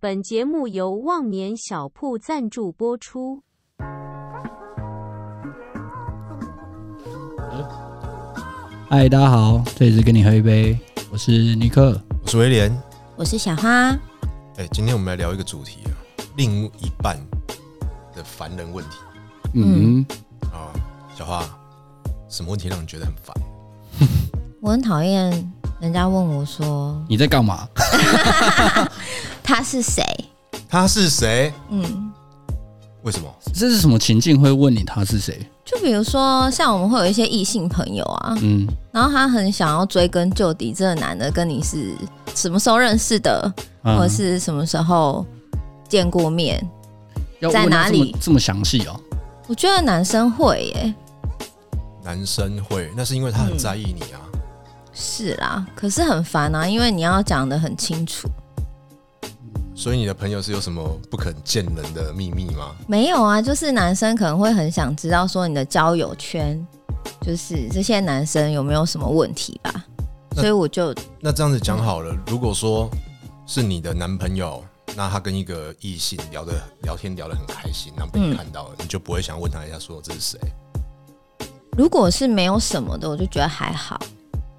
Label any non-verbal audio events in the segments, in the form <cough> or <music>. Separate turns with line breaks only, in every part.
本节目由望年小铺赞助播出。
嗨，大家好，这里是跟你喝一杯，我是尼克。
我是威廉。
我是小花，
哎、今天我们来聊一个主题啊，另一半的烦人问题
嗯，
啊。小花，什么问题让你觉得很烦？
我很讨厌人家问我说
你在干嘛？
他是谁，
他是谁？
嗯，
为什么？
这是什么情境会问你他是谁？
就比如说像我们会有一些异性朋友啊，
嗯，
然后他很想要追根究底，这个男的跟你是什么时候认识的，
啊
或者是什么时候见过面，
要
在
问到
哪
这么
里
这么详细哦？ <laughs>
我觉得男生会耶，
男生会，那是因为他很在意你啊。
嗯是啦，可是很烦啊，因为你要讲的很清楚。
所以你的朋友是有什么不肯见人的秘密吗？
没有啊，就是男生可能会很想知道说你的交友圈，就是这些男生有没有什么问题吧。
那
所以我就
那这样子讲好了，如果说是你的男朋友，那他跟一个异性聊的聊天聊得很开心，然后被你
嗯
看到了，你就不会想问他一下说这是谁？
如果是没有什么的，我就觉得还好，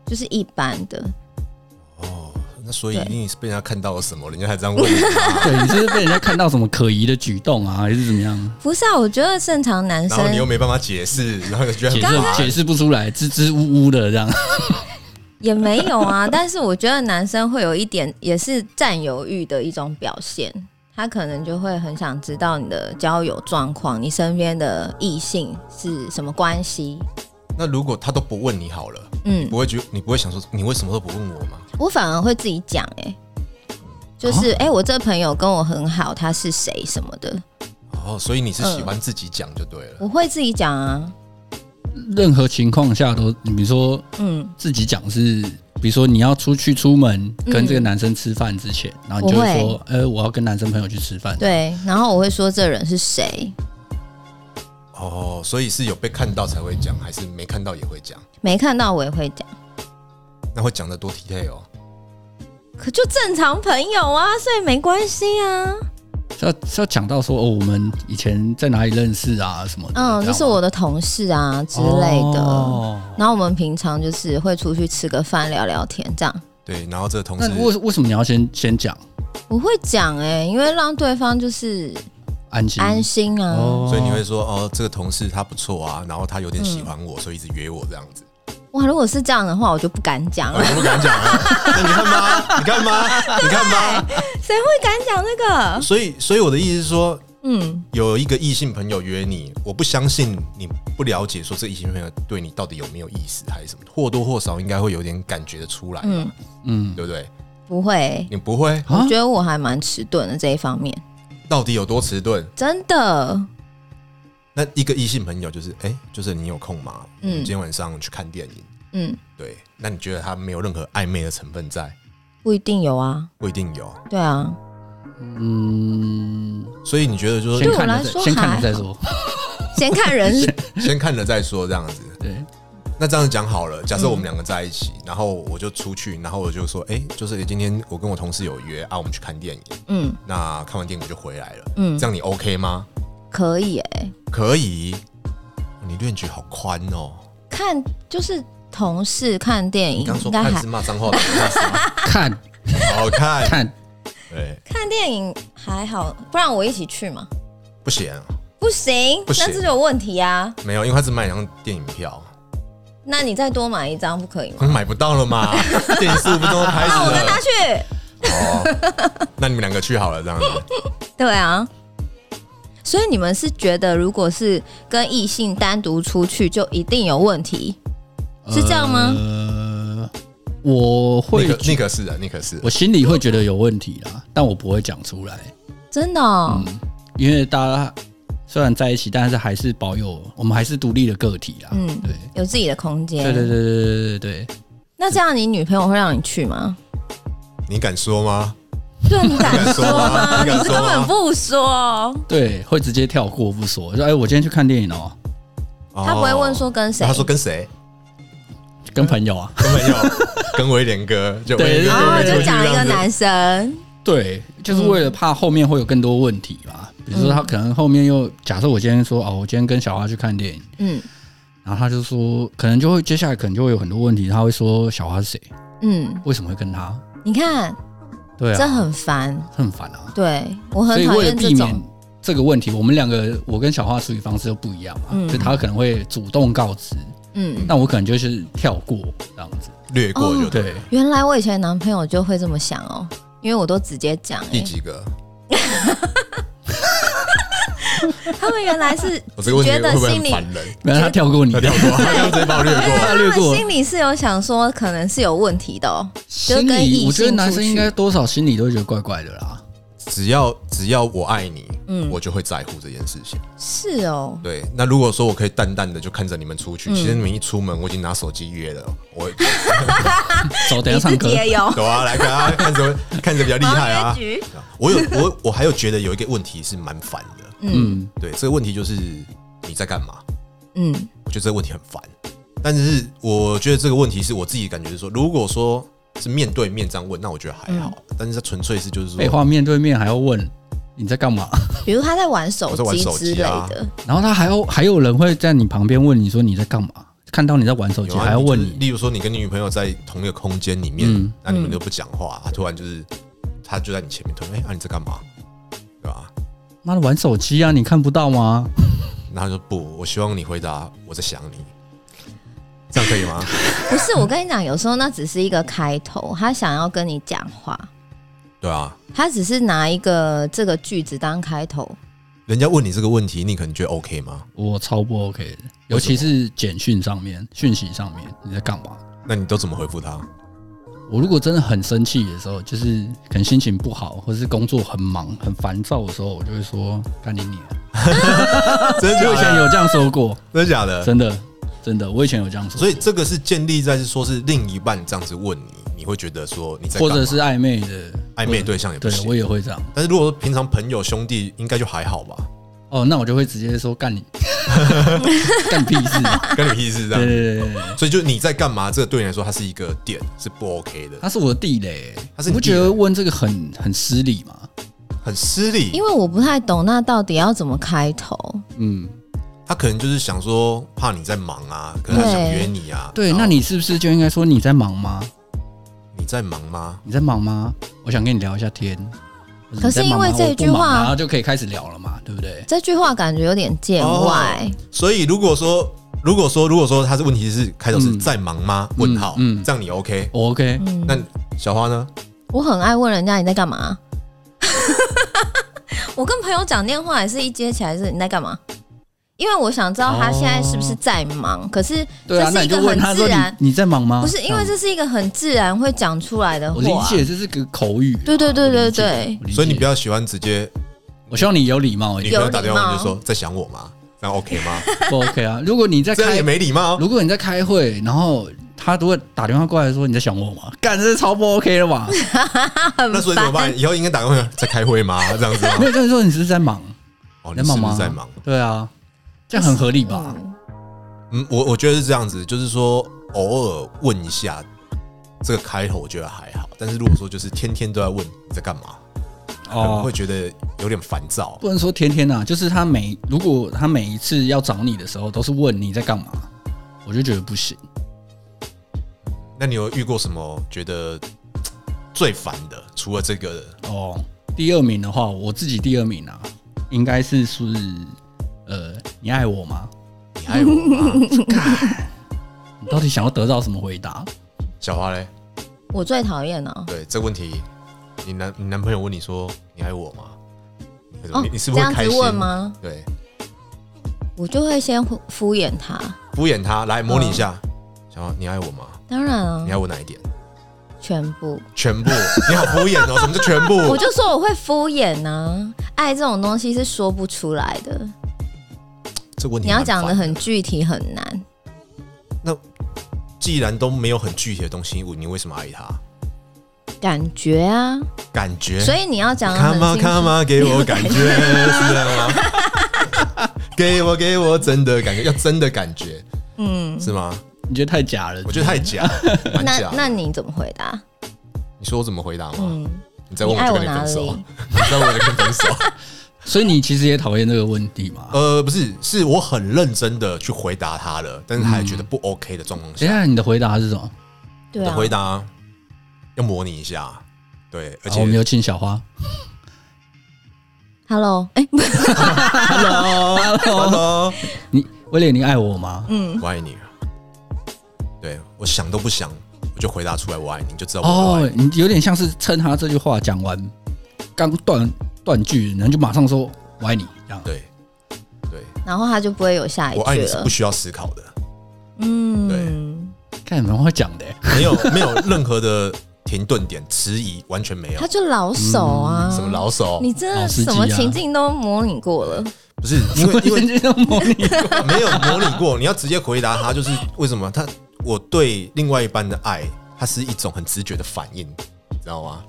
就是一般的。
哦，那所以
对
一定是被人家看到了什么，人家才这样问你啊。
对，你是不是被人家看到什么可疑的举动啊，还是怎么
<laughs>
样？
不是啊，我觉得正常男
然后你又
生
没办法解释，然后就觉得
嗯解
很
释
烦
解释不出来，支支吾吾的这样。 <laughs>
也没有啊， <laughs> 但是我觉得男生会有一点也是占有欲的一种表现，他可能就会很想知道你的交友状况，你身边的异性是什么关系。
那如果他都不问你好了，
嗯，
不会觉你不会想说你为什么都不问我吗？
我反而会自己讲哎、就是
啊
哎、欸我这朋友跟我很好，他是谁什么的，
哦，所以你是
嗯
喜欢自己讲就对了。
我会自己讲啊。
任何情况下都，你比如说
嗯，
自己讲是，比如说你要出去出门
嗯
跟这个男生吃饭之前，然后你就会说，呃，我要跟男生朋友去吃饭。
对，然后我会说这人是谁，
哦，所以是有被看到才会讲，还是没看到也会讲？
没看到我也会讲，
那会讲的多体贴哦。
可就正常朋友啊，所以没关系啊。
是要是要讲到说哦，我们以前在哪里认识啊什么的。
嗯，这是我的同事啊之类的。
哦
然后我们平常就是会出去吃个饭聊聊天这样，
对，然后这个同
那
事
为为什么你要先先讲
我会讲哎、因为让对方就是
安心？
安心啊。
哦，
所以你会说哦，这个同事他不错啊，然后他有点
嗯
喜欢我，所以一直约我这样子。
哇，如果是这样的话，我就不敢讲
我
了，
都不敢
<laughs>
讲啊，那你看吧，你看吧，你看吧。
<laughs> 谁会敢讲这个？
所以，所以我的意思是说，
嗯。
有一个异性朋友约你，我不相信你不了解说这异性朋友对你到底有没有意思，还是什么，或多或少应该会有点感觉得出来吧，
嗯
嗯，
对不对？
不会，
你不会
啊
我觉得我还蛮迟钝的这一方面，
到底有多迟钝？
真的。
那一个异性朋友就是，哎、就是你有空吗？
嗯
嗯，今天晚上去看电影。
嗯，
对，那你觉得他没有任何暧昧的成分在？
不一定有啊。
不一定有，
对啊，
嗯，
所以你觉得就是
先
对我
看
来
了再
说
先看
还
了再说。
先看 <laughs> 人
<laughs> 先看了再说这样子。
对，
那这样讲好了，假设我们两个在一起，然后我就出去，然后我就说，哎、就是今天我跟我同事有约啊，我们去看电影。
嗯
那看完电影我就回来了。
嗯
这，样你 OK 吗？
可以哎、
可以。你练局好宽哦！
看就是同事看电
你
影
刚
应
说
该
看
还
是骂脏
<laughs>
话的意思吗，
看
好看。
看
对，
看电影还好，不然我一起去嘛。
不行，
不行，
不行
那这就有问题啊。
没有，因为他只买一张电影票，
那你再多买一张不可以吗？
买不到了
<laughs>
嘛。电影四五分钟开始
那我再拿
了。
去。
哦，那你们两个去好了，这样子。
对啊。所以你们是觉得，如果是跟异性单独出去，就一定有问题？ <laughs> 是这样吗
呃，我会
那个，那个是的，那个是
我心里会觉得有问题啦，但我不会讲出来，
呃
真的、哦
嗯
因为大家虽然在一起，但是还是保有我们还是独立的个体啦。
嗯
对，
有自己的空间。
对对对对对对对对，
那这样你女朋友会让你去吗？
你敢说吗？
对，你敢
敢
说
说吗你
吗？你
敢
是
说啊哦
根
吗
本不说，
对，会直接跳过不说，说哎，我今天去看电影哦，
他不会问说跟谁。
哦，他说跟谁？
跟朋友啊，
<laughs>
跟朋友，跟威廉哥，就
对
威廉
然后
哥
哦就
出去
讲一
这
个
样子
男生，
对，就是为了怕后面会有更多问题吧。比如说他可能后面又假设我今天说哦，我今天跟小花去看电影，
嗯
然后他就说，可能就会接下来可能就会有很多问题，他会说小花是谁，
嗯，
为什么会跟他？
你看
对
这
啊，
很烦，
很烦啊。
对我很
所以
讨
为了
厌这
避免
种，
这个问题，我们两个我跟小花处理方式都不一样嘛，
嗯
就他可能会主动告知，
嗯。
那我可能就是跳过这样子。
略过
哦
就对。
对，
原来我以前的男朋友就会这么想哦，因为我都直接讲、
第
欸，
几个？
他们原来是
<laughs> 我这个问题
觉
会
得
不会
心
很
里，
烦人？
没有他跳过你
他，跳
<laughs>
过，他刚直接把我略过。
他
他 <laughs>
略
们
过。
心里是有想说可能是有问题的哦，
心
就跟异
里
性
我觉得男生
出去
应该多少心里都会觉得怪怪的啦。
只要只要我爱你，
嗯
我就会在乎这件事情。
是哦，
对，那如果说我可以淡淡的就看着你们出去，
嗯
其实你们一出门，我已经拿手机约了， <laughs> 我
走，等一
你
下唱
自
歌
己。也有
走啊，来看啊，看
<laughs>
着看着比较厉害啊。
局，
我有我我还有觉得有一个问题是蛮烦的，
嗯
嗯，
对，这个问题就是你在干嘛？
嗯
我觉得这个问题很烦，但是我觉得这个问题是我自己感觉是说，如果说是面对面这样问，那我觉得还好，
嗯
但是它纯粹是就是
废
说，
话，面对面还要问你在干
嗯
嘛，
比如他在玩手
我在玩
机
手
之
机
类
啊 <laughs>
的，
然后他还有还有人会在你旁边问你说你在干嘛，看到你在玩手机
有啊
还要问
就是
你，
例如说你跟你女朋友在同一个空间里面，
嗯
那你们都不讲话、啊突然就是她就在你前面，突然哎、啊你在干嘛？对吧？
妈的玩手机啊，你看不到吗？
然后她说不，我希望你回答我在想你，这样可以
<laughs>
吗？
不是我跟你讲，有时候那只是一个开头，他想要跟你讲话，
对啊，
他只是拿一个这个句子当开头，
人家问你这个问题，你可能觉得 OK 吗？
我超不 OK 的，尤其是简讯上面、讯息上面，你在干嘛？
那你都怎么回复他？ <laughs>
我如果真的很生气的时候，就是可能心情不好，或是工作很忙、很烦躁的时候，我就会说干你娘！
真的
我以
假
前
的？
有这样说过，
真的假的？
真的真的，我以前有这样说，
呃所以这个是建立在是说是另一半这样子问你，你会觉得说你在
或
干嘛
者是暧昧的
暧昧对象也不
对我
行。
也会这样。
但是如果说平常朋友兄弟，应该就还
<laughs>
好吧，
哦，那我就会直接说
<laughs>
干你，干屁事！
跟你屁事这
对对
样。
对对对，
所以就你在干嘛，这个对你来说它是一个点，是不 OK 的，
他是我的地雷，
他是
你
你
不
地雷
觉得问这个很很失礼吗？
很失礼
因。为我不太懂那到底要怎么开头，
嗯，
他可能就是想说怕你在忙啊，可能他想约你啊。
对，
然后
那你是不是就应该说你在忙吗？
你在忙吗？
你在忙吗？我想跟你聊一下天。或
可是
你在忙吗
因为这一句
我不忙
话
然后就可以开始聊了嘛，对不对？
这句话感觉有点见外，
哦
所以如果说如果说如果说他是问题是开头是
嗯
在忙吗？问号，
嗯
这样你 OK？
我 OK，
嗯
那小花呢？
我很爱问人家你在
<laughs>
干嘛。我跟朋友讲电话也是一接起来是你在干嘛，因为我想知道他现在是不是在忙。可是
对啊那
这，是一
你
个
就问他
很
说
自然，
你你在忙吗？
不是因为
样
这是一个很自然会讲出来的话。
我理解这是个口语啊，
对对对
我理解
对对，
我理解
所以你不要喜欢直接
我希望你有礼貌一
女
点，
朋友打电话
有
问
礼貌
就说在想我吗？这样 OK
<laughs>
吗？
不 OK 啊？如果你在
这样
开
也没礼
<laughs>
貌。
如果你在开会，然后他如果打电话过来说你在想我吗？ <laughs> 干，这是超不 OK 的吧？
那所以怎
<laughs>
么办？以后应该打电话在开会吗？这样子吗
没？有，就是说你只是 <laughs> 在忙，
哦，
你
你
在忙
是不
吗？
是在忙？
对啊，这样很合理吧？
嗯，我我觉得是这样子，就是说偶尔问一下这个开头，我觉得还好。但是如果说就是天天都在问你在干嘛，可能
哦
会，觉得有点烦躁。
不能说天天啊，就是他每如果他每一次要找你的时候都是问你在干嘛，我就觉得不行。
那你有遇过什么觉得嘖最烦的？除了这个，
哦，第二名的话，我自己第二名啊，应该是是呃，你爱我吗？
你爱我吗？啊
你到底想要得到什么回答？
小花嘞？
我最讨厌哦。
对这个问题，你男你男朋友问你说你爱我吗？你会怎么
哦
你你是
这
不是会
样
开
子
心
问？吗？
对，
我就会先敷敷衍他。
敷衍他，来模拟一下。
嗯
小花，你爱我吗？
当然
你
啊
爱，我哪一点？
全部。
全部，你好敷衍哦！什么叫全部？
<laughs> 我就说我会敷衍呢、爱这种东西是说不出来的，
这个问题
你要
蛮
讲的
烦
很具体很难。
既然都没有很具体的东西，你为什么爱他？
感觉啊，
感觉，
所以你要讲的很
come on
清楚。
come on，给我
<laughs>
感觉，是这样吗？ <laughs> 给我给我真的感觉，要真的感觉
嗯，
是吗？
你觉得太假了？
<laughs>
我觉得太假，蛮
那
假的。
那你怎么回答？
你说我怎么回答吗？
嗯，
你再问我就跟你分手，
你
<laughs> 你再问我就跟你分手。
<laughs>
所以你其实也讨厌这个问题嘛？
呃，不是，是我很认真的去回答他了，但是他还觉得不 OK 的状况
等一
嗯
下，
下你的回答是什么？
对
我的
啊，
回答要模拟一下。对，而
好哦我们
<laughs> 且
有请小花。
Hello，哎、
Hello，Hello，
你威廉，你爱我吗？
嗯，
我爱你。对我想都不想，我就回答出来我爱你，你就知道我爱
哦
你。，
你有点像是趁他这句话讲完，刚断断句，然后就马上说“我爱你”这样。
对，对，
然后他就不会有下一
我爱
句
你是
了
不。需要思考的，
嗯，
看你们会讲的欸、
没有没有任何的停顿点、迟疑，完全没有
他。就老手啊，
嗯什么老手？
你真
老
的
司机
什
啊
么情境都模拟过了，
不是因为
<laughs>
因为
人家模拟，
没有模拟过，你要直接回答他，就是为什么他我对另外一半的爱，它是一种很直觉的反应，你知道吗？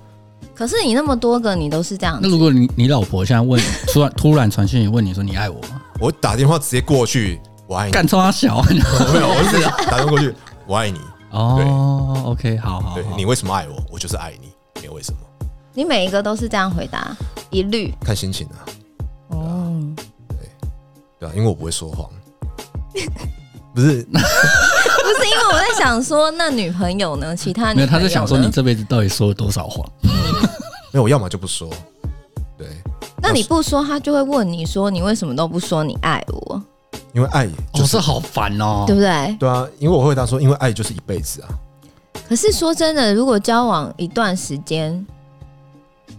可是你那么多个，你都是这样
<laughs> 那
子，
如果你你老婆现在问，突然突然传讯息问你说你爱我吗？
我打电话直接过去，我爱你，
干他小
没有，我是打电话过去，我爱你，
哦，OK，好好
对
好
你为什么爱我？我就是爱你，没有为什么，
你每一个都是这样回答，一律
看心情啊，
哦。
对啊，因为我不会说谎， <laughs> 不是，
不是因为我在想说，那女朋友呢？其他女
没有，
朋友
他
呢
是想说你这辈子到底说了多少谎？
没有，我要么就不说，对，
那你不说，他就会问你说你为什么都不说你爱我，
因为爱
就
就、
是是好烦哦
对。不对？
对啊，因为我会回答说，因为爱就是一辈子啊，
可是说真的，如果交往一段时间，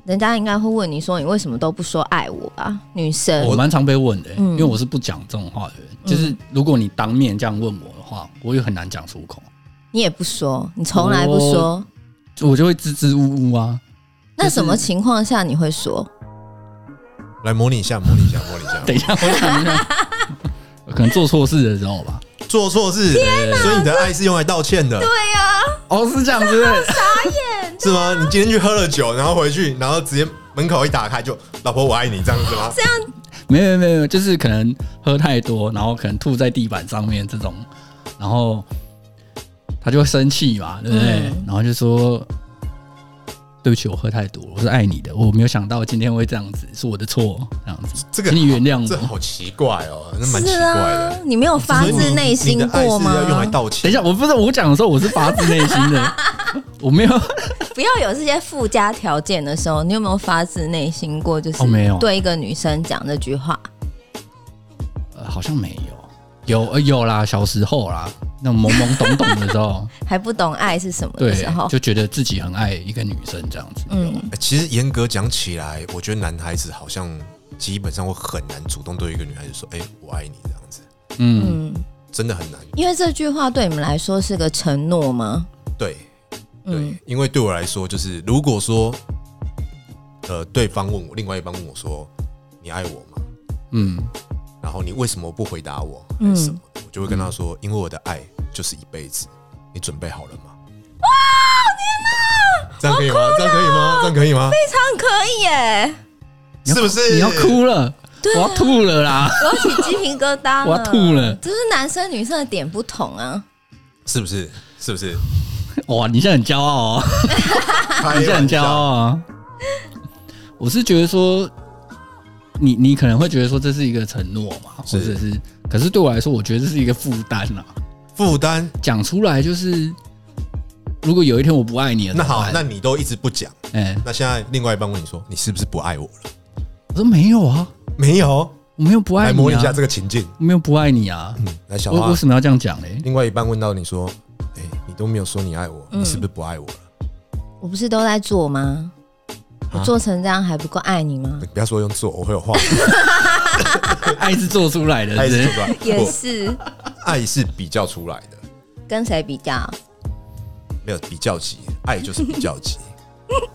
人家应该会问你说你为什么都不说爱我吧？女生，
我蛮常被问的欸、
嗯
因为我是不讲这种话的人。就是如果你当面这样问我的话，我也很难讲出口，
你也不说，你从来不说。
就我就会支支吾吾啊。
那什么情况下你会说？
来模拟一下，模拟一下，模拟一下，
等一下，我想一下，可能做错事的时候吧。
做错事，所以你的爱是用来道歉的，
哦，是这样子的。
是吗？
啊
你今天去喝了酒，然后回去，然后直接门口一打开就“老婆我爱你”这样子
哦
吗？
没有没有没有，就是可能喝太多，然后可能吐在地板上面这种，然后他就会生气嘛，对不对？
嗯
然后就说。对不起，我喝太多，我是爱你的，我没有想到今天会这样子，是我的错，这样子，
这个
请你原谅
这
我。
好奇怪哦，那蛮奇
是
怪
啊
的。，
你没有发
所以
自
你
内
你
心
的爱
过
是
吗
要？用来道歉。
等一下，，我不是我讲的时候，我是发自内心的，我没有，
不要有这些附加条件的时候，你有没有发自内心过，就是
哦没有
对一个女生讲这句话？
呃好像没有，有呃有啦，小时候啦，那种懵懵懂懂的时候，
还不懂爱是什么的
对
时候，，
就觉得自己很爱一个女生这样子，
嗯，
哎其实严格讲起来，我觉得男孩子好像基本上会很难主动对一个女孩子说“哎、我爱你”这样子，
嗯
真的很难。
因为这句话对你们来说是个承诺吗？
对对，
嗯，
因为对我来说，就是如果说，呃，对方问我，另外一方问我说“你爱我吗”，
嗯，
然后你为什么不回答我？还是什么的？我就会跟他说，因为我的爱就是一辈子，你准备好了吗？哇，天哪！这样可以吗？这样可以吗？这样可以吗？
非常嗯可以耶，
是不是？
你要？哭了，
啊
我要吐了啦。
我要起鸡皮疙瘩
<laughs>
了，
我要吐了
这是男生女生的点不同啊，
是不是？是不是？
哇，你现在很骄傲哦，
<laughs>
<laughs> 你现在很骄傲啊！我是觉得说，你你可能会觉得说这是一个承诺嘛，或
是
者是，可是对我来说，我觉得这是一个负担啊。
负担。
讲出来就是，如果有一天我不爱你了，
那好，
怎么
那
办
你都一直不讲，
哎、
那现在另外一半问你说，你是不是不爱我了？
我说没有啊，
没有，
我没有不爱
来
你、啊，
模拟一下这个情境。
我没有不爱你啊，
嗯，来，小
我
花
为，什么要这样讲嘞？
<laughs> 另外一半问到你说，哎，你都没有说你爱我，
嗯
你是不是不爱我了？
我不是都在做吗？
啊
我做成这样还不够爱你吗？
你不要说用做，我会有话。
<laughs> 爱是做出来的，
爱
是不
是出
是
来，
也
不，
是
爱是比较出来的。
跟谁比较？
没有比较级，爱就是比较
<laughs>
级。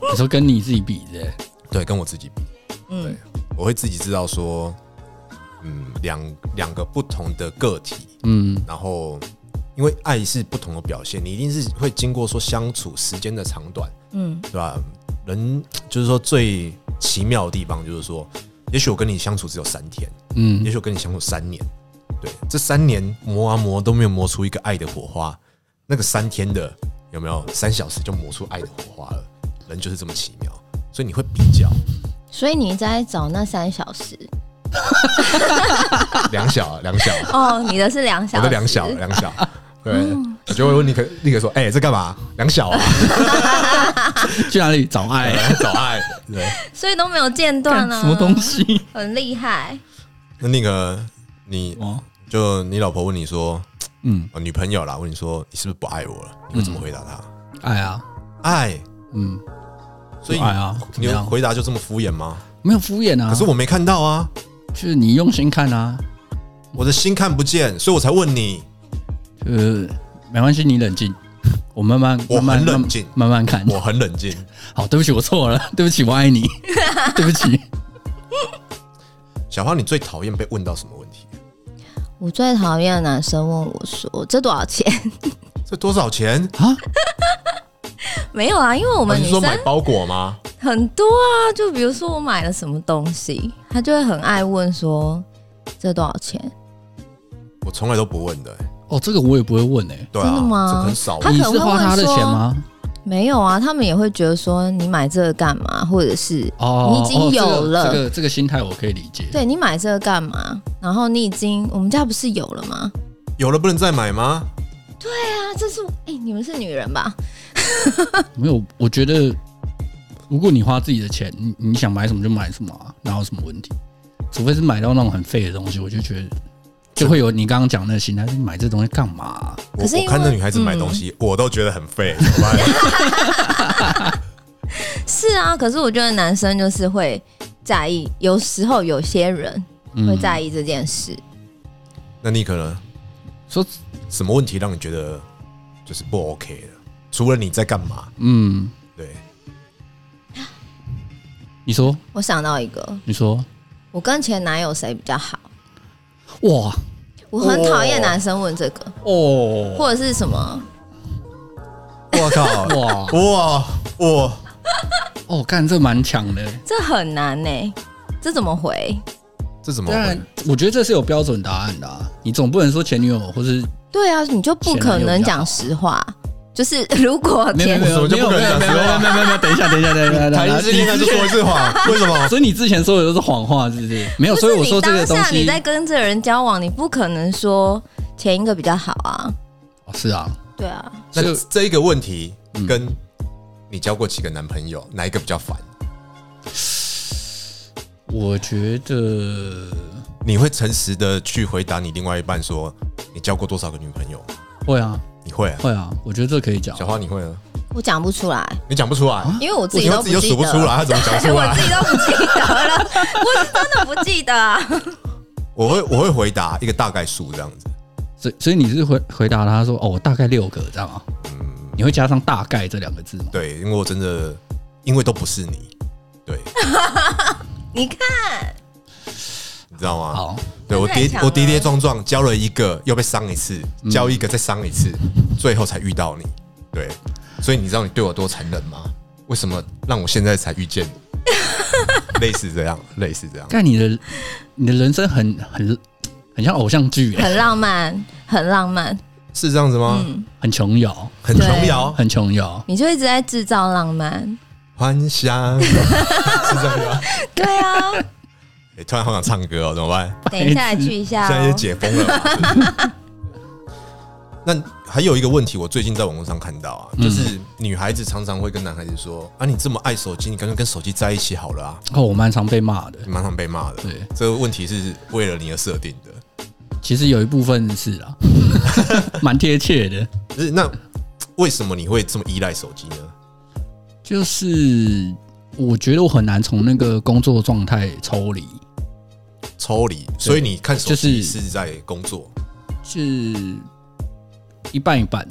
你说跟你自己比的，
对，跟我自己比，
嗯，
我会自己知道说，嗯，两两个不同的个体，
嗯
然后因为爱是不同的表现，你一定是会经过说相处时间的长短，
嗯，
对吧？人就是说最奇妙的地方就是说，也许我跟你相处只有三天，
嗯
也，许我跟你相处三年，对，这三年磨啊磨都没有磨出一个爱的火花，那个三天的有没有三小时就磨出爱的火花了？人就是这么奇妙，所以你会比较
所以你在找那三小时
两小啊两小，
哦，你的是两小
我的
时，
两小两小，对，我就会问立刻立刻说，哎，这干嘛？两小啊，
去哪里找爱？
哎
早爱， <laughs> 对，
所以都没有间断
啊
啊
干
呢、
什么东
<laughs>
西？
很厉害，
那那个你
哦，
就你老婆问你说，
嗯，
呃女朋友啦，问你说你是不是不爱我了？你会怎么回答
嗯
她？
爱啊，
爱，
嗯，
所以
不爱啊怎
你
么
有
样
回答就这么敷衍吗？
没有敷衍啊。
可是我没看到啊，
就是你用心看啊，
我的心看不见，所以我才问你。
就是没关系，你冷静， <laughs> 我慢慢，
我很
慢慢
冷静
慢慢看。
我很冷静，
<laughs>
好，对不起，我错了， <laughs> 对不起，我爱你，对不起。
小花，你最讨厌被问到什么问题？
我最讨厌男生问我说这多少钱？
这多少钱？
啊，
没有啊，因为我
我
哦
们
你
女
是说买
生
包裹吗？
很多啊，就比如说我买了什么东西，他就会很爱问说这多少钱？
我从来都不问的、欸
哦，这个我也不会问诶、
对啊，
真的吗
这很少
他
问。
你
可能
是
会
花
问
他的
说
钱吗？
没有啊，他们也会觉得说你买这个干嘛，或者是
哦，
你已经
哦这个
有了
这个这个心态，我可以理解。
对你买这个干嘛？然后你已经我们家不是有了吗？
有了不能再买吗？
对啊，这是哎、你们是女人吧？ <laughs>
没有，我觉得如果你花自己的钱，你你想买什么就买什么、啊，哪有什么问题？除非是买到那种很废的东西，我就觉得就会有你刚刚讲的那个心态，你买这东西干嘛啊、
我
可是因
我
为嗯
看那女孩子买东西，我都觉得很废，怎么
<laughs>
办
是啊，可是我觉得男生就是会在意，有时候有些人
嗯
会在意这件事。
那你可能
说，
什么问题让你觉得就是不 OK 的？除了你在干嘛？
嗯，
对，
你说，
我想到一个，
你说，
我跟前男友谁比较好？
哇
我很讨厌男生问这个，
哦，
或者是什么？
我靠，
哇
哇哇，
哦，干这蛮强的。
这很难呢、这怎么回？
这怎么
当然
会？，
我觉得这是有标准答案的、啊，你总不能说前女友或是
对啊，你就不可能讲实话。就是 <laughs> 如果
没有
前
没有没有没有没有没有没有没有，等一下等一下等一下，
谈一次恋爱就说一次谎，
<laughs>
为什么？
所以你之前说的都是谎话，是不是？没有，
不
所以我
是
说
你
这个
当
东
下
西
你在跟这个人交往，你不可能说前一个比较好啊。
哦是啊，
对啊，
那
所以
这一个问题
嗯
跟你交过几个男朋友，哪一个比较烦？
我觉得
你会诚实的去回答你另外一半说你交过多少个女朋友？
会啊
你会啊？
会啊，我觉得这可以讲
小。花你会啊？
我讲不出来，
你讲不出来，
因为我自己
为什么
都不
自己就
记
数不
得
出来，他怎么讲出
<laughs> 我
来
自？己都不记得了， <laughs> 我是真的不记得、啊。
我会我会回答一个大概数这样子，
所以所以你是回回答他说哦，我大概六个这样啊？你会加上“大概”这两个字吗？
对，因为我真的因为都不是你，对，
你看，
你知道吗？
好，
对我
真的很
跌
强
我
啊
跌跌撞撞交了一个，又被伤一次，交一个再伤一次，最后才遇到你，对，所以你知道你对我多残忍吗？为什么让我现在才遇见你？
<laughs>
类似这样，类似这样，
但你的你的人生很很很像偶像剧、欸，
很浪漫，很浪漫，
是这样子吗？
很琼瑶，
很
嗯对
琼瑶，
很琼瑶。
你就一直在制造浪漫。
幻想 <laughs> 是这样子吗？
对啊，
欸突然好想唱歌哦，怎么办？
<laughs> 等一下来去一下、
现在
哦
也。解封了嘛。是不是 <laughs> 那还有一个问题，我最近在网络上看到
嗯
啊，就是女孩子常常会跟男孩子说：“啊，你这么爱手机，你干脆跟手机在一起好了啊
哦，我蛮常被骂的！”。
你蛮常被骂的。
对，
这个问题是为了你而设定的。
其实有一部分是啦， <laughs> 蛮贴切的，
就是那为什么你会这么依赖手机呢？
就是我觉得我很难从那个工作状态抽离，
抽离，所以你看手
就是
机是在工作，
是一半一半。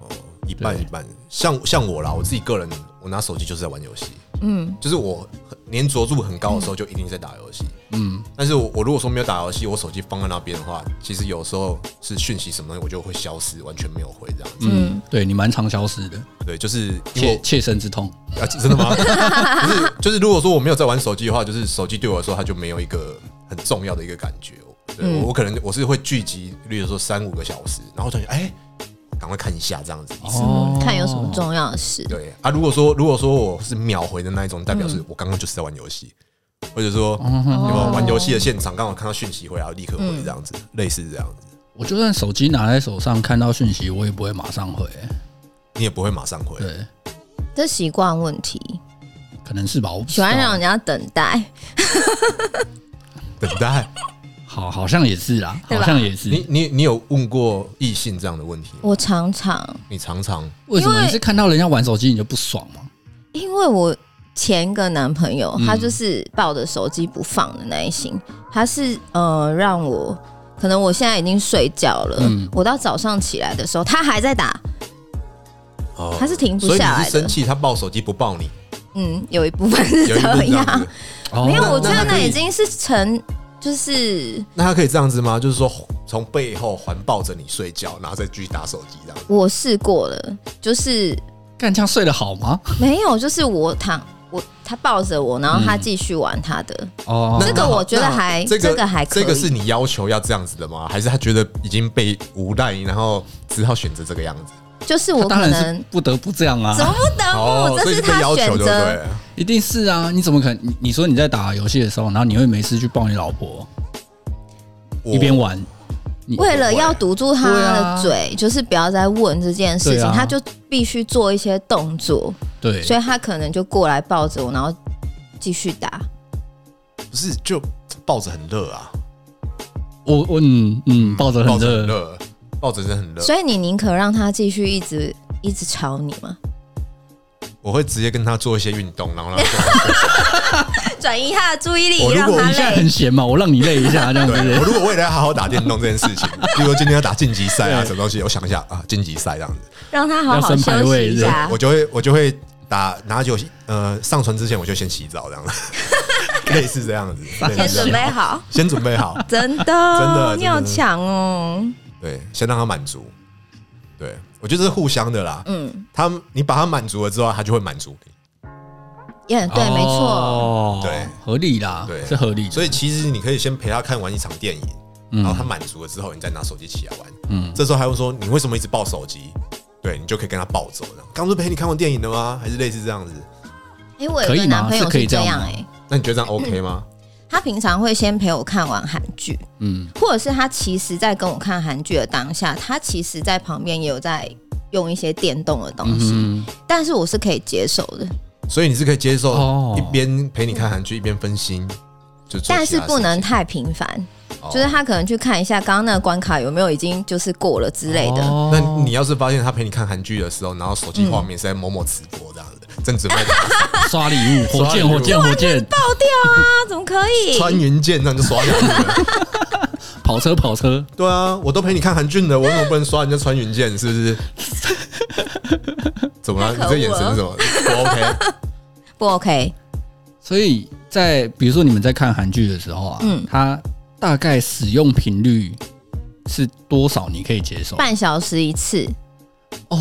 哦，一半一半。像像我啦，我自己个人，我拿手机就是在玩游戏。
嗯，
就是我很粘着度很高的时候，就一定在打游戏。
嗯，
但是我我如果说没有打游戏，我手机放在那边的话，其实有时候是讯息什么东西，我就会消失，完全没有回这样子。
嗯，对你蛮常消失的，
对，就是因
切
为
切身之痛。
我啊，真的吗？ <laughs> 不是，就是如果说我没有在玩手机的话，就是手机对我来说，它就没有一个很重要的一
嗯
个感觉。对，我我可能我是会聚集，例如说三五个小时，然后突然间哎，赶快看一下这样子。
哦
嗯看有什么重要的事。
对啊，如果说如果说我是秒回的那一种，代表
嗯
是我刚刚就是在玩游戏，或者说有没有玩游戏的现场，刚好看到讯息回来，我立刻回这样
嗯
子，类似这样子，
我就算手机拿在手上看到讯息，我也不会马上回、
你也不会马上回。
对，
这习惯问题，
可能是吧。我不知
喜
啊
道
欢让人家等待。
等待，
好，好像也是啦，
对
好
吧
像也是。
你你你有问过异性这样的问题吗？
我常常
你常常
为什
因
么
为
你是看到人家玩手机你就不爽吗？
因为我前一个男朋友，
嗯
他就是抱着手机不放的那一型，他是呃让我可能我现在已经睡觉了，
嗯
我到早上起来的时候，他还在打，
哦
他是停不
所以
下
你
来
是生
的。
气，他抱手机不抱
<laughs>
你，
嗯，有一部分
<laughs>
是
有一部
这
分这样
样
子，。
哦
没有，我
那
觉得
那可
那
以
已经是成就是。
那他可以这样子吗？就是说从背后环抱着你睡觉，然后再继续打手机这样子。
我试过了，就是
干这样睡得好吗？
没有，就是我躺我他抱着我，然后
嗯
他继续玩他的，
哦
那，
这个我觉得
那好
还
这个
这个还可以
这个是你要求要这样子的吗？还是他觉得已经被无奈，然后只好选择这个样子？
就是我
啊他当
可
然是
能
不得不这样
怎么
啊，
不得哦不，这
所以
是
是被
他
要
选
求，对不
择。
对？
一定是啊。你怎么可能？你你说你在打游戏的时候，然后你会没事去抱你老婆
我
一边玩？你
为了要堵住他
对啊
的嘴，就是不要再问这件事
对
情，
啊
他就必须做一些动作，
对，
所以他可能就过来抱着我，然后继续打。
不是就抱着很热啊，
我我嗯嗯抱着
抱
很
着很
热，
热，抱着真的很热。
所以你宁可让他继续一直一直吵你吗？
我会直接跟他做一些运动，然后让他
<laughs>
<laughs>
转移他的注意力，
我如
让
果
他
你现在很
累。
闲嘛，我让你累一下这样
对
子
我。如果为了要好好打电动这件事
<laughs>
情，比如说今天要打晋级赛啊，什么东西，我想一下啊，晋级赛这样子，
让他好
要
好
升排
休
位
息一
是
下
我。就会我就会打拿酒，呃，上船之前我就先洗澡这样子，
<laughs>
类似这样子，类
先
似这样
准备好，
先准备
<laughs>
好，
真的，
的
你好强哦。
对，先让他满足，对我觉得这是互相的啦，
嗯，
他你把他满足了之后，他就会满足你，
耶，对，没错，
哦
对
合理啦，
对
是合理的。
所以其实你可以先陪他看完一场电影。
嗯
然后他满足了之后，你再拿手机起来玩。
嗯
这时候还会说你为什么一直抱手机？对你就可以跟他抱走这样。刚不是陪你看完电影的吗？还是类似这样子？
哎，我有
可
一
以
个
吗
男朋友
是可以
是这
这样
样
吗
哎，
那你觉得这样 OK 吗？
他平常会先陪我看完韩剧，
嗯，
或者是他其实在跟我看韩剧的当下，他其实在旁边也有在用一些电动的东西，
嗯
但是我是可以接受的，
所以你是可以接受
哦
一边陪你看韩剧一边分心，就
啊
做
但
其
是
他
不能
事情
太频繁，
哦
就是他可能去看一下刚刚那个关卡有没有已经就是过了之类的。
哦
那你要是发现他陪你看韩剧的时候，然后手机画面是在某某直播这样子，正准备
<laughs> 哎
打
刷礼物，火
<laughs> 刷礼
箭，
物
火箭，火箭，
爆掉啊！怎么可以？
穿云箭这样就刷下去了。
跑车，跑车，
对啊，我都陪你看韩剧了，我为什么不能刷人家穿云箭？是不是？
<laughs>
怎么了？
太
你
可恶
这眼神是
<laughs>
什么？不 OK？
不 OK？
所以在比如说你们在看韩剧的时候啊，
嗯
它大概使用频率是多少？你可以接受
半小时一次
哦，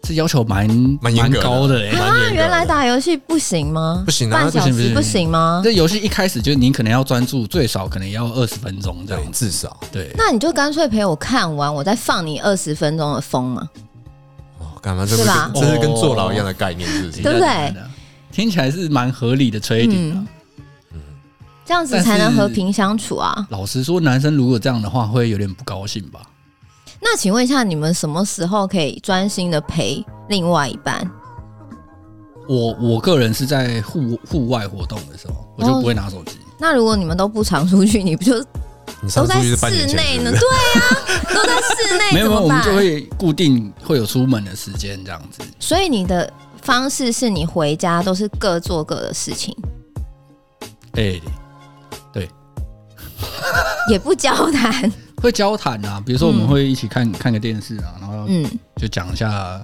这要求蛮
蛮严格的
高的哎、
蛮严格
啊？
的
原来打游戏不行吗？
不行啊
半小
不行
时
不
不
行
行吗？
这游戏一开始就你可能要专注，最少可能要二十分钟这
对，
样子。
至少
对，
那你就干脆陪我看完，我再放你二十分钟的风嘛。
哦，干嘛？这不是
是吧
这是
哦
跟坐牢一样的概念，是不是？
对不对嗯
听起来是蛮合理的 trading 啊。
这样子
但是
才能和平相处啊。
老实说，男生如果这样的话，会有点不高兴吧？
那请问一下，你们什么时候可以专心的陪另外一半？
我我个人是在户户外活动的时候，我就不会拿手机。
那如果你们都不常出去，你不就
你上
都
次
在
出去是半
室
年前
内
是不
呢？
是
对啊， <laughs> 都在室内，
没有
怎
没有，
么
我们
办？
就会固定会有出门的时间这样子。
所以你的方式是你回家都是各做各的事情，
哎、
也不交谈。
会交谈啊，比如说我们会一起看、看个电视啊，然后
嗯，
就讲一下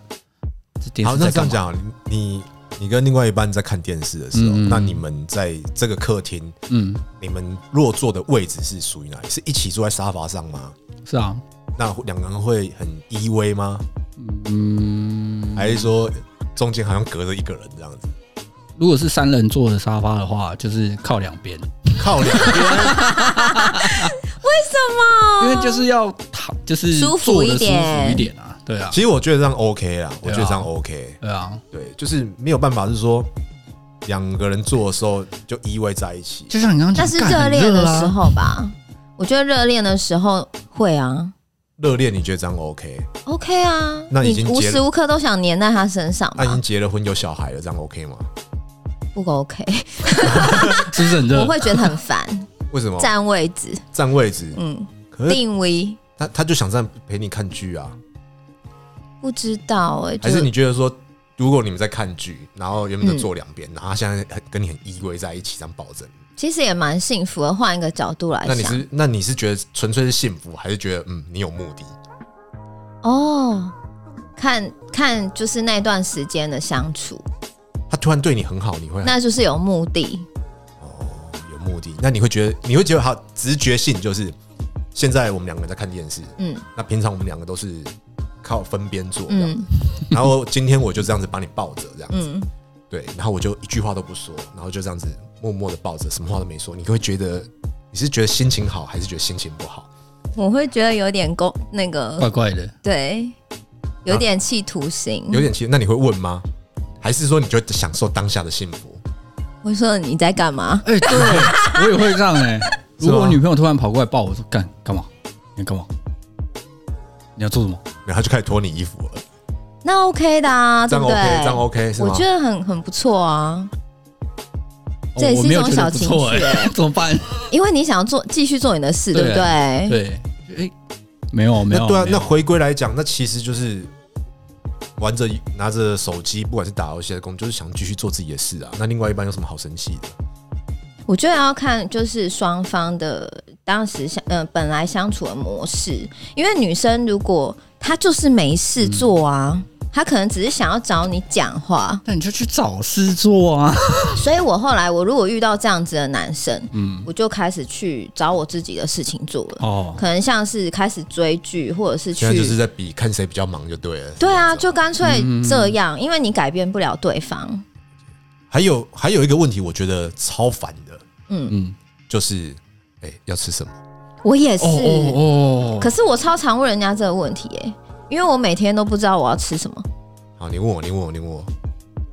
这电
好，
视
那
在
这
干嘛。
样讲，你你跟另外一半在看电视的时候，
嗯
那你们在这个客厅，
嗯，
你们落座的位置是属于哪里？是一起坐在沙发上吗？
是啊，
那两个人会很依偎吗？
嗯，
还是说中间好像隔着一个人这样子，
如果是三 <laughs> 人座的沙发的话，就是靠两边，
靠两边？
什
因
么？
为就是要躺，就是
舒服
坐的
一
舒
点
服一点啊，对啊，
其实我觉得这样 OK
啊
啦，我觉得这样 OK，
对啊，
对，就是没有办法是说两个人做的时候就依偎在一起，
就像你刚刚
那
讲，
是
干
热啊恋的时，
很
候
啊
吧？我觉得热恋的时候会啊
热恋你觉得这样 OK？
，OK 啊，
那已经
你无
结了
时无刻都想黏在他身上
那已
吧
经？结了婚有小孩了，这样 OK 吗？
不 OK，
<laughs>
啊是不是很热
我？会觉得很烦，
为什么
占位置，
占位置？
嗯，
可哦是
定位
他他就想站陪你看剧啊，
不知道哎、
还
就是嗯
你觉得说，如果你们在看剧，然后原本就坐两边，然后他现在很跟你很依偎在一起，这样抱着你，
其实也蛮幸福的。换一个角度来
那你
想，
是那你是觉得纯粹是幸福，还是觉得嗯你有目的？
哦，看看就是那段时间的相处，
他突然对你很好，你会
那就是有目的。
有目的，那你会觉得你会觉得好直觉性就是，现在我们两个人在看电视，
嗯
那平常我们两个都是靠分边坐这样，
嗯
然后今天我就这样子把你抱着这样子，
嗯，
对，然后我就一句话都不说，然后就这样子默默的抱着，什么话都没说，你会觉得你是觉得心情好，还是觉得心情不好？
我会觉得有点公那
怪
嗯
个
怪的，
对，有点企图心。
有点奇，那你会问吗？还是说你就享受当下的幸福？
我说你在干嘛？
哎，对， <laughs> 我也会这样哎。
是
如果我
吗
女朋友突然跑过来抱我说干干嘛？你要干嘛？你要做什么？
然后他就开始脱你衣服了，
那 OK 的啊，
这
对
样
不对
OK，这样 OK 是
我
吗
觉？得很很不错啊，
哦
这也
我
是一
没有
种
觉
小
得不
情
错
趣
哎， <laughs> 怎么办？
因为你想要做继续做你的事，
对
对不对？
对，哎，没有没
那
有，
对啊，
没有
那回归来讲，那其实就是玩着拿着手机，不管是打游戏的工，就是想继续做自己的事啊。那另外一半有什么好生气的？
我觉得要看就是双方的当时相呃本来相处的模式，因为女生如果她就是没事做啊，
嗯
她可能只是想要找你讲话，
那你就去找事做啊。
所以我后来我如果遇到这样子的男生，
嗯
我就开始去找我自己的事情做了，
嗯哦，
可能像是开始追剧，或者是去
现在就是在比看谁比较忙就对了。
对啊，
是这样子
就干脆这
嗯
样，因为你改变不了对方。
还有还有一个问题，我觉得超烦的，
嗯
嗯
就是哎、要吃什么？
我也是，
哦哦哦，
可是我超常问人家这个问题耶、因为我每天都不知道我要吃什么，
好，你问我，你问我，你问我，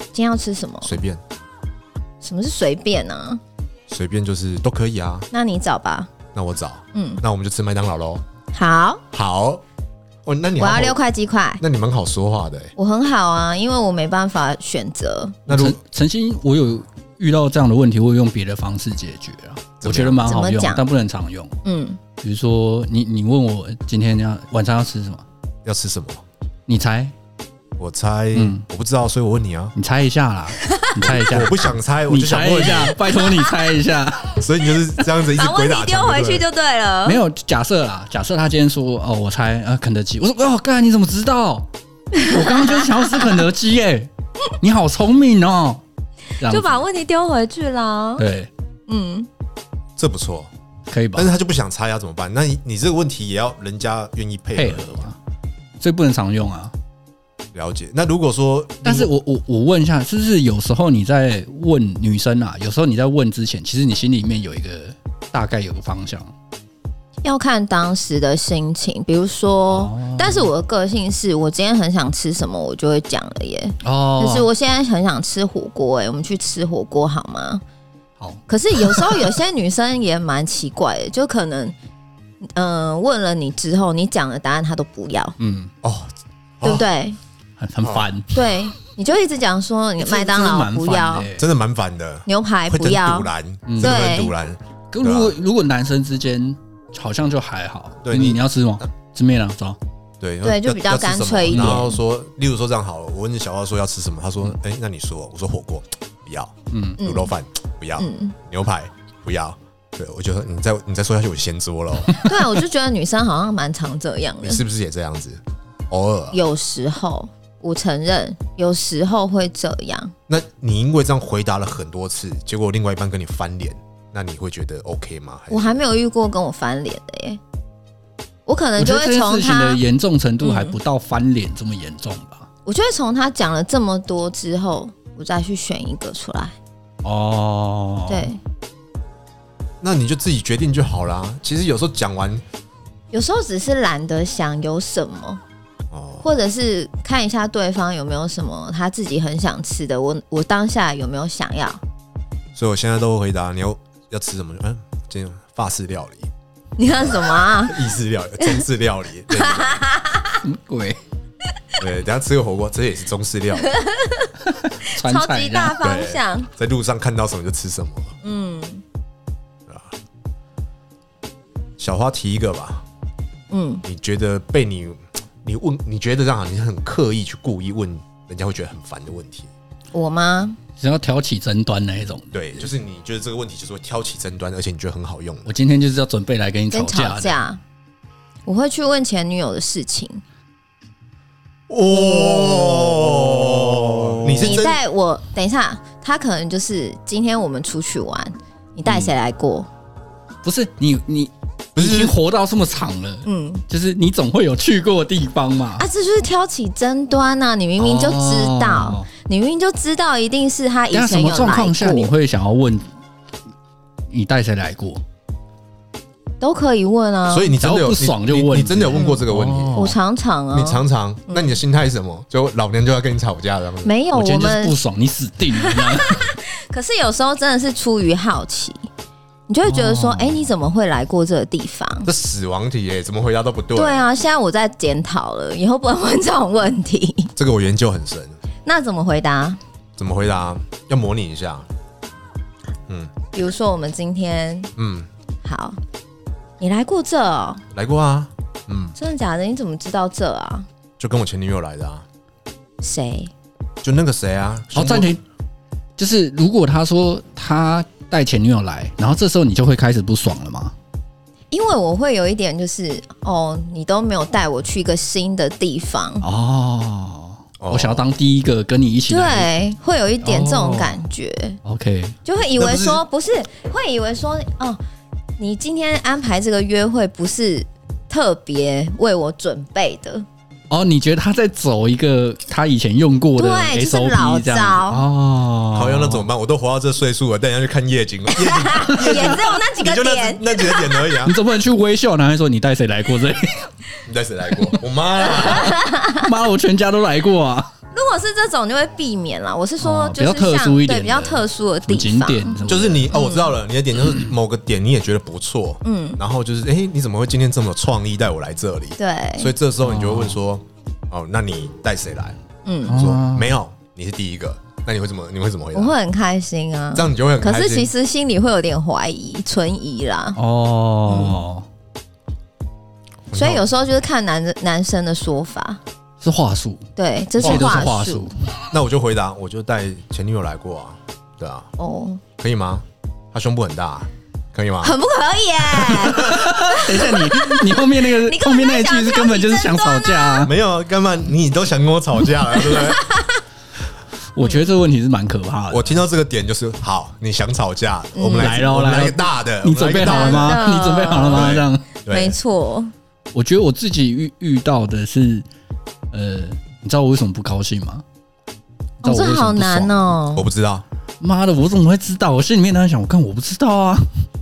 今天要吃什么，
随便
什么是随便啊？
随便就是都可以啊。
那你找吧。
那我找，
嗯，
那我们就吃麦当劳喽。
好，
好，哦，那你
我
好
要
好
六，块鸡块。
那你蛮好说话的、欸。
我很好啊，因为我没办法选择。
那如
曾曾经我有遇到这样的问题，我有用别的方式解决啊，
怎么样
我觉得蛮好
怎么
用
讲，
但不能常用。
嗯，
比如说，你你问我今天要晚上要吃什么，
要吃什么？
你猜
我猜，
嗯
我不知道，所以我问你啊。
你猜一下
<laughs>
啦，你猜一下
我，不想猜，我
你
就想
猜
问
一
<laughs>
下，拜托你猜一下。
你，所以你就是这样子一直
把
鬼
问题
打
丢
墙
回去
对了
就对
嗯
了。
没有假设啦，假设他今天说哦，我猜呃肯德基，我说哦，干你怎么知
<laughs>
道？我刚刚就是想要吃肯德基耶、你好聪明哦，这样子
就把问题丢回去啦。
对
嗯，
这不错，
可以吧
但？是他就不想猜要怎么办？那你你这个问题也要人家愿意
配
配合
合嘛，所以不能常用啊。
嗯了解。那如果说，
但是我我我问一下，是不是有时候你在问女生啊，有时候你在问之前，其实你心里面有一个大概有个方向
要看当时的心情，比如说，
哦
但是我的个性是我今天很想吃什么，我就会讲了耶。
哦
可是我现在很想吃火锅，哎，我们去吃火锅好吗？
好，
可是有时候有些女生也蛮奇怪的，就可能，嗯、问了你之后，你讲的答案她都不要，
嗯，
哦，
对
哦？
不对？
很很烦，
对，你就一直讲说你
哎这
麦当劳不，要
这是蛮烦，的欸
真的蛮烦的，
牛排
会
不
真的
要
堵，拦，
嗯
真的很
对
堵拦。
可如果如果男生之间好像就还好，
啊对
你
你
你要吃吗？吃面啊，走，
对
对
要
就比较
要吃什么
干脆一点嗯
然后说，例如说这样好了，我问小花说要吃什么，她说，哎、那你说，我说火锅不要，
嗯
卤肉饭不要，
嗯，
牛排不要。对，我觉得你再你再说下去，我就掀桌
<laughs>
了哦。
对，啊我就觉得女生好像蛮常这样
<laughs>
的
你。是不是也这样子？偶尔啊，
有时候我承认，有时候会这
哎
样。
那你因为这样回答了很多次，结果另外一半跟你翻脸，那你会觉得 OK 吗？
我还没有遇过跟我翻脸的耶，我可能
我觉
就
得这
会
件
从
事情
他嗯
的，严重程度还不到翻脸这么严重吧？
我就会从他讲了这么多之
哦
后，我再去选一个出来。
哦，
对，
那你就自己决定就好啦。其实有时候讲完
有时候只是懒得想有什么，
哦，
或者是看一下对方有没有什么他自己很想吃的，我我当下有没有想要？
所以我现在都会回答你要要吃什么，嗯，这种法式料理、
你看什么啊？
<laughs>
意式料
<laughs>
理、中式料理，对
嗯 <laughs> 鬼
对，等一下吃个火锅，这也是中式
<laughs>
料理，
川
超
菜
级
这
大
样，
方向，
在路上看到什么就吃什么。
嗯
小花提一个吧，
嗯，
你觉得被你你问，你觉得让你很刻意去故意问人家会觉得很烦的问题，
我吗？
想要挑起争端那一种。
对，就是你觉得这个问题就是会挑起争端，而且你觉得很好用的
我今天就是要准备来跟你吵
跟
架
吵
的，
架，我会去问前女友的事情。
哦，你是
你
真
带我等一下，他可能就是今天我们出去玩，你带谁来过？
不是你你
不
已经
是
活到这么长了，
嗯
就是你总会有去过的地方嘛
啊，。这就是挑起争端呐、啊！你明明就知道，
哦
你明明就知道一定是他以
那什
前有
么
来
状况下你
过，
会想要问你带谁来过？
都可以问啊。
所以你真的
只要
有
不爽就
你你
问
你真的有问过这个问题？
哦
我常常啊，
你常常，那你的心态是什么？就老娘就要跟你吵架这样子。
没有
我今
哦
天
我
就是不
们，
爽，你死定了！这样
可是有时候真的是出于好奇，你就会觉得说，
哦
哎、你怎么会来过这个地方？
这死亡题耶，怎么回答都不对。
对，啊，现在我在检讨了，以后不能问这种问题。 <laughs>
这个我研究很深，
那怎么回答？
怎么回答？要模拟一下。
比如说，我们今天
嗯，
好，你来过这、哦，
来过啊，嗯，
真的假的？你怎么知道这啊？
就跟我前女友来的啊，
谁？
就那个谁啊。
好，哦暂停。就是如果他说他带前女友来，然后这时候你就会开始不爽了嘛？
因为我会有一点就是，哦，你都没有带我去一个新的地方，
哦，
哦
我想要当第一个跟你一起来。
对，会有一点这种感觉，
OK，
就会以为说不是，会以为说，哦，你今天安排这个约会不是特别为我准备
<laughs>
的，
哦，你觉得他在走一个他以前用过的
对就是
SOP
老
这样子
招
哦，
好像那怎么办？我都活到这岁数了，带人家去看夜景，夜
<laughs>
景
也只有那几
你
个
就那
点。
那几个点而
<laughs>
已啊
你。总不能去微笑，然后说你带谁来过
<laughs>
这里？
你带谁来过？我妈啊啦。
妈，我全家都来过啊！
如果是这种，就会避免啦。我是说，
哦
就
比较特
是像
殊一点的
对比较特殊的
什么
地
景
方，
点什么的，
就是你哦，我知道
嗯
了，你的点就是某个点你也觉得不错，嗯，然后就是哎、诶你怎么会今天这么有创意带我来这里？
对，
所以这时候你就会问说，哦，那你带谁来？
嗯
我说
哦
没有，你是第一个，那你会怎么？你会
啊
怎么回答
我？会很开心啊。
这样你就会很
可
开心。
是其实心里会有点怀疑、存疑啦，
哦，
你知道
所以有时候就是看男人男生的说法，
是话术，
对，这是
记得哦是
话
话
术
术。
那我就回答，我就带前女友来过啊，对啊，
哦，
可以吗？她胸部很大、啊可以吗？
很不可以耶、
<laughs> 等一下你，你后面那
<laughs>
个
你根本
后面那一句是根本就是想吵架啊！
没有，干嘛？你都想跟我吵架了，对
<laughs>
不对？
我觉得这个问题是蛮可怕的。
我听到这个点就是，好，你想吵架，我
嗯
们
来咯
我们
来咯
来个大的，
你
我
准
们来
备
个
好了
大的
吗？
真的
你准备好了吗？
对
这样，
对
没错，
我觉得我自己遇遇到的是，呃，你知道我为什么不高兴吗？你
哦，
知
这
道我为什
好
么不爽
难！哦
我。不知道，
妈的，我怎么会知道？我心里面在想，我看我不知道啊，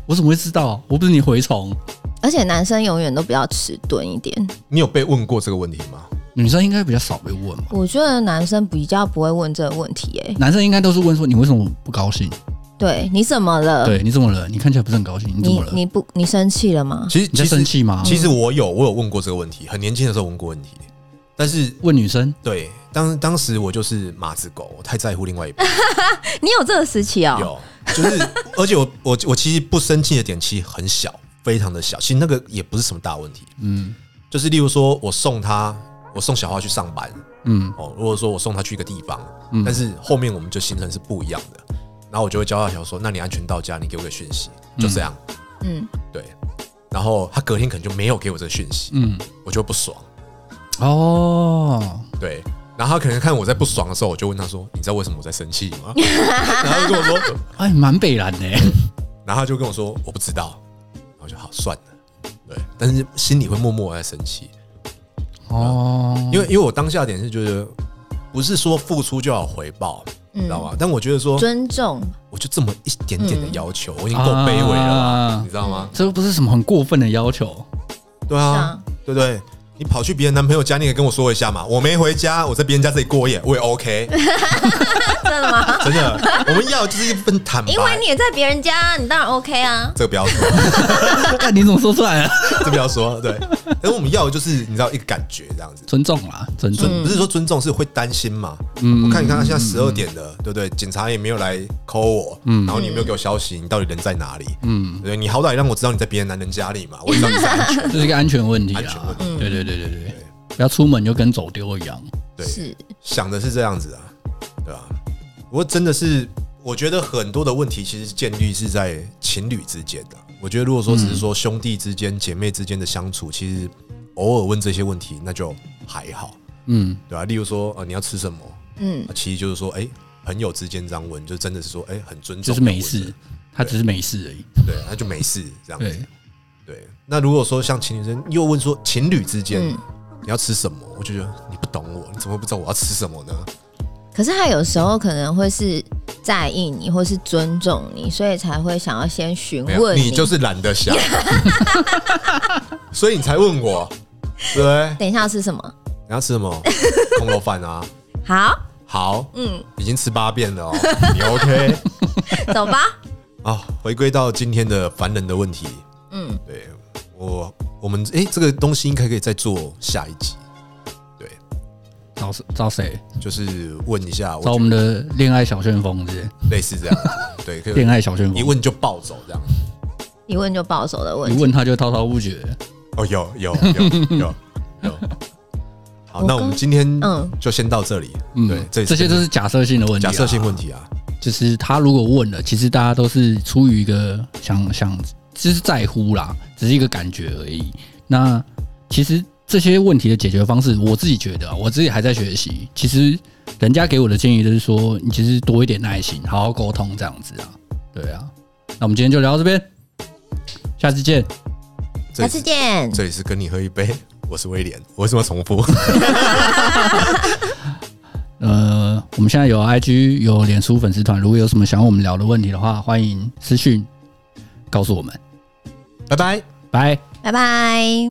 我怎么会知道？我不是你蛔虫，
而且男生永远都比较迟钝一点，
你有被问过这个问题吗？
女生应该比较少被问吧？
我觉得男生比较不会问这个问题、耶。
男生应该都是问说你为什么不高兴？
对你怎么了？
对，你怎么了？你看起来不是很高兴，你怎
你
么了？
你不你生气了吗？
其实
你在
其实
生气吗？
其实我有，我有问过这个问题，很年轻的时候问过问题，但是
问女生，
对当当时我就是马子狗，我太在乎另外一半，
你有这个时期哦、
有就是，而且我我我其实不生气的点其实很小，非常的小，其实那个也不是什么大问题，
嗯
就是例如说我送他，我送小花去上班
嗯，
哦，如果说我送他去一个地方，
嗯
但是后面我们就行程是不一样的，然后我就会交代小花说，那你安全到家，你给我个讯息，就这样，
嗯，
对，然后他隔天可能就没有给我这个讯息，
嗯，
我就会不爽。
哦，
对，然后他可能看我在不爽的时候，我就问他说：“你知道为什么我在生气吗？” <laughs> 然后他就跟我说，
哎，蛮北蓝的，
然后他就跟我说：“我不知道。”然后就好算了，对，但是心里会默默地在生气，
哦，
因为因为我当下的点是觉得，不是说付出就要有回报，你知道吗？但我觉得说，
嗯尊重
我就这么一点点的
嗯
要求，我已经够卑微了啦，
啊
你知道吗？
这又不是什么很过分的要求， <laughs>
对
是
啊
啊，
对不对？你跑去别人男朋友家，你也跟我说一下嘛。我没回家，我在别人家这里过夜，我也 OK。
<laughs> 真的吗？
真的，我们要的就是一份坦白。
因为你也在别人家，你当然 OK 啊。
这个不要说， <laughs>
但哎你怎么说出来了？啊
这个不要说，对。但是我们要的就是你知道一个感觉这样子，
尊重啦，尊重。
嗯
尊不是说尊重，是会担心嘛。
嗯
我看你看，现在十二点了，对不对？警察也没有来 call 我，然后你也没有给我消息，你到底人在哪里？
嗯，
对不对，你好歹让我知道你在别人男人家里嘛，我也知道你是安全的。
这是一个安全问题
安全
啦
问。
对对对对对，不要出门就跟走丢一样。
对，
是，
想的是这样子啊，对吧、不过真的是，我觉得很多的问题其实建立是在情侣之间的。我觉得如果说只是说兄弟之间、姐妹之间的相处，其实偶尔问这些问题，那就还好，
嗯，
对吧、例如说，呃，你要吃什么？
嗯
啊，其实就是说，哎、朋友之间这样问，就真的是说，哎、很尊重，
就是没事，，他只是没事而已。
对，那就没事这样子
对。，
对，那如果说像情侣之间又问说情侣之间、
嗯
你要吃什么，我就觉得你不懂我，你怎么会不知道我要吃什么呢？
可是他有时候可能会是在意你，或是尊重你，所以才会想要先询
没有，
问
你就是懒得想，所以你才问我，对不对？
等一下要吃什么？
你要吃什么？空肉饭啊，
好，
好，
嗯，
已经吃八遍了哦，你 OK
走吧。
啊、回归到今天的烦人的问题，
嗯，
对我，我们诶，这个东西应该可以再做下一集，对，
找谁找谁？
就是问一下，
找我
我
们的恋爱小旋风是
类似这样子，对，
不
可
是恋
以
爱小旋
一
风，
问就暴走这样。
一问就保守的问
一
题。
问他就滔滔不绝。
哦，有有有有有。好，
我
那我们
刚
今天
嗯
就先到这里，对
嗯，，
这
这些都是假设性的问题啊。
假设性问题啊，
就是他如果问了，其实大家都是出于一个想想，就是在乎啦，只是一个感觉而已。那其实这些问题的解决方式，我自己觉得啊、我自己还在学习。其实人家给我的建议就是说，你其实多一点耐心，好好沟通这样子啊。对啊，那我们今天就聊到这边，下次见。
这
下
里
次
是
见，
这里是跟你喝一杯，我是威廉，我为什么要重复？ <laughs>
呃，我们现在有 IG 有脸书粉丝团，如果有什么想要我们聊的问题的话，欢迎私讯告诉我们。
拜拜。
拜。
拜拜。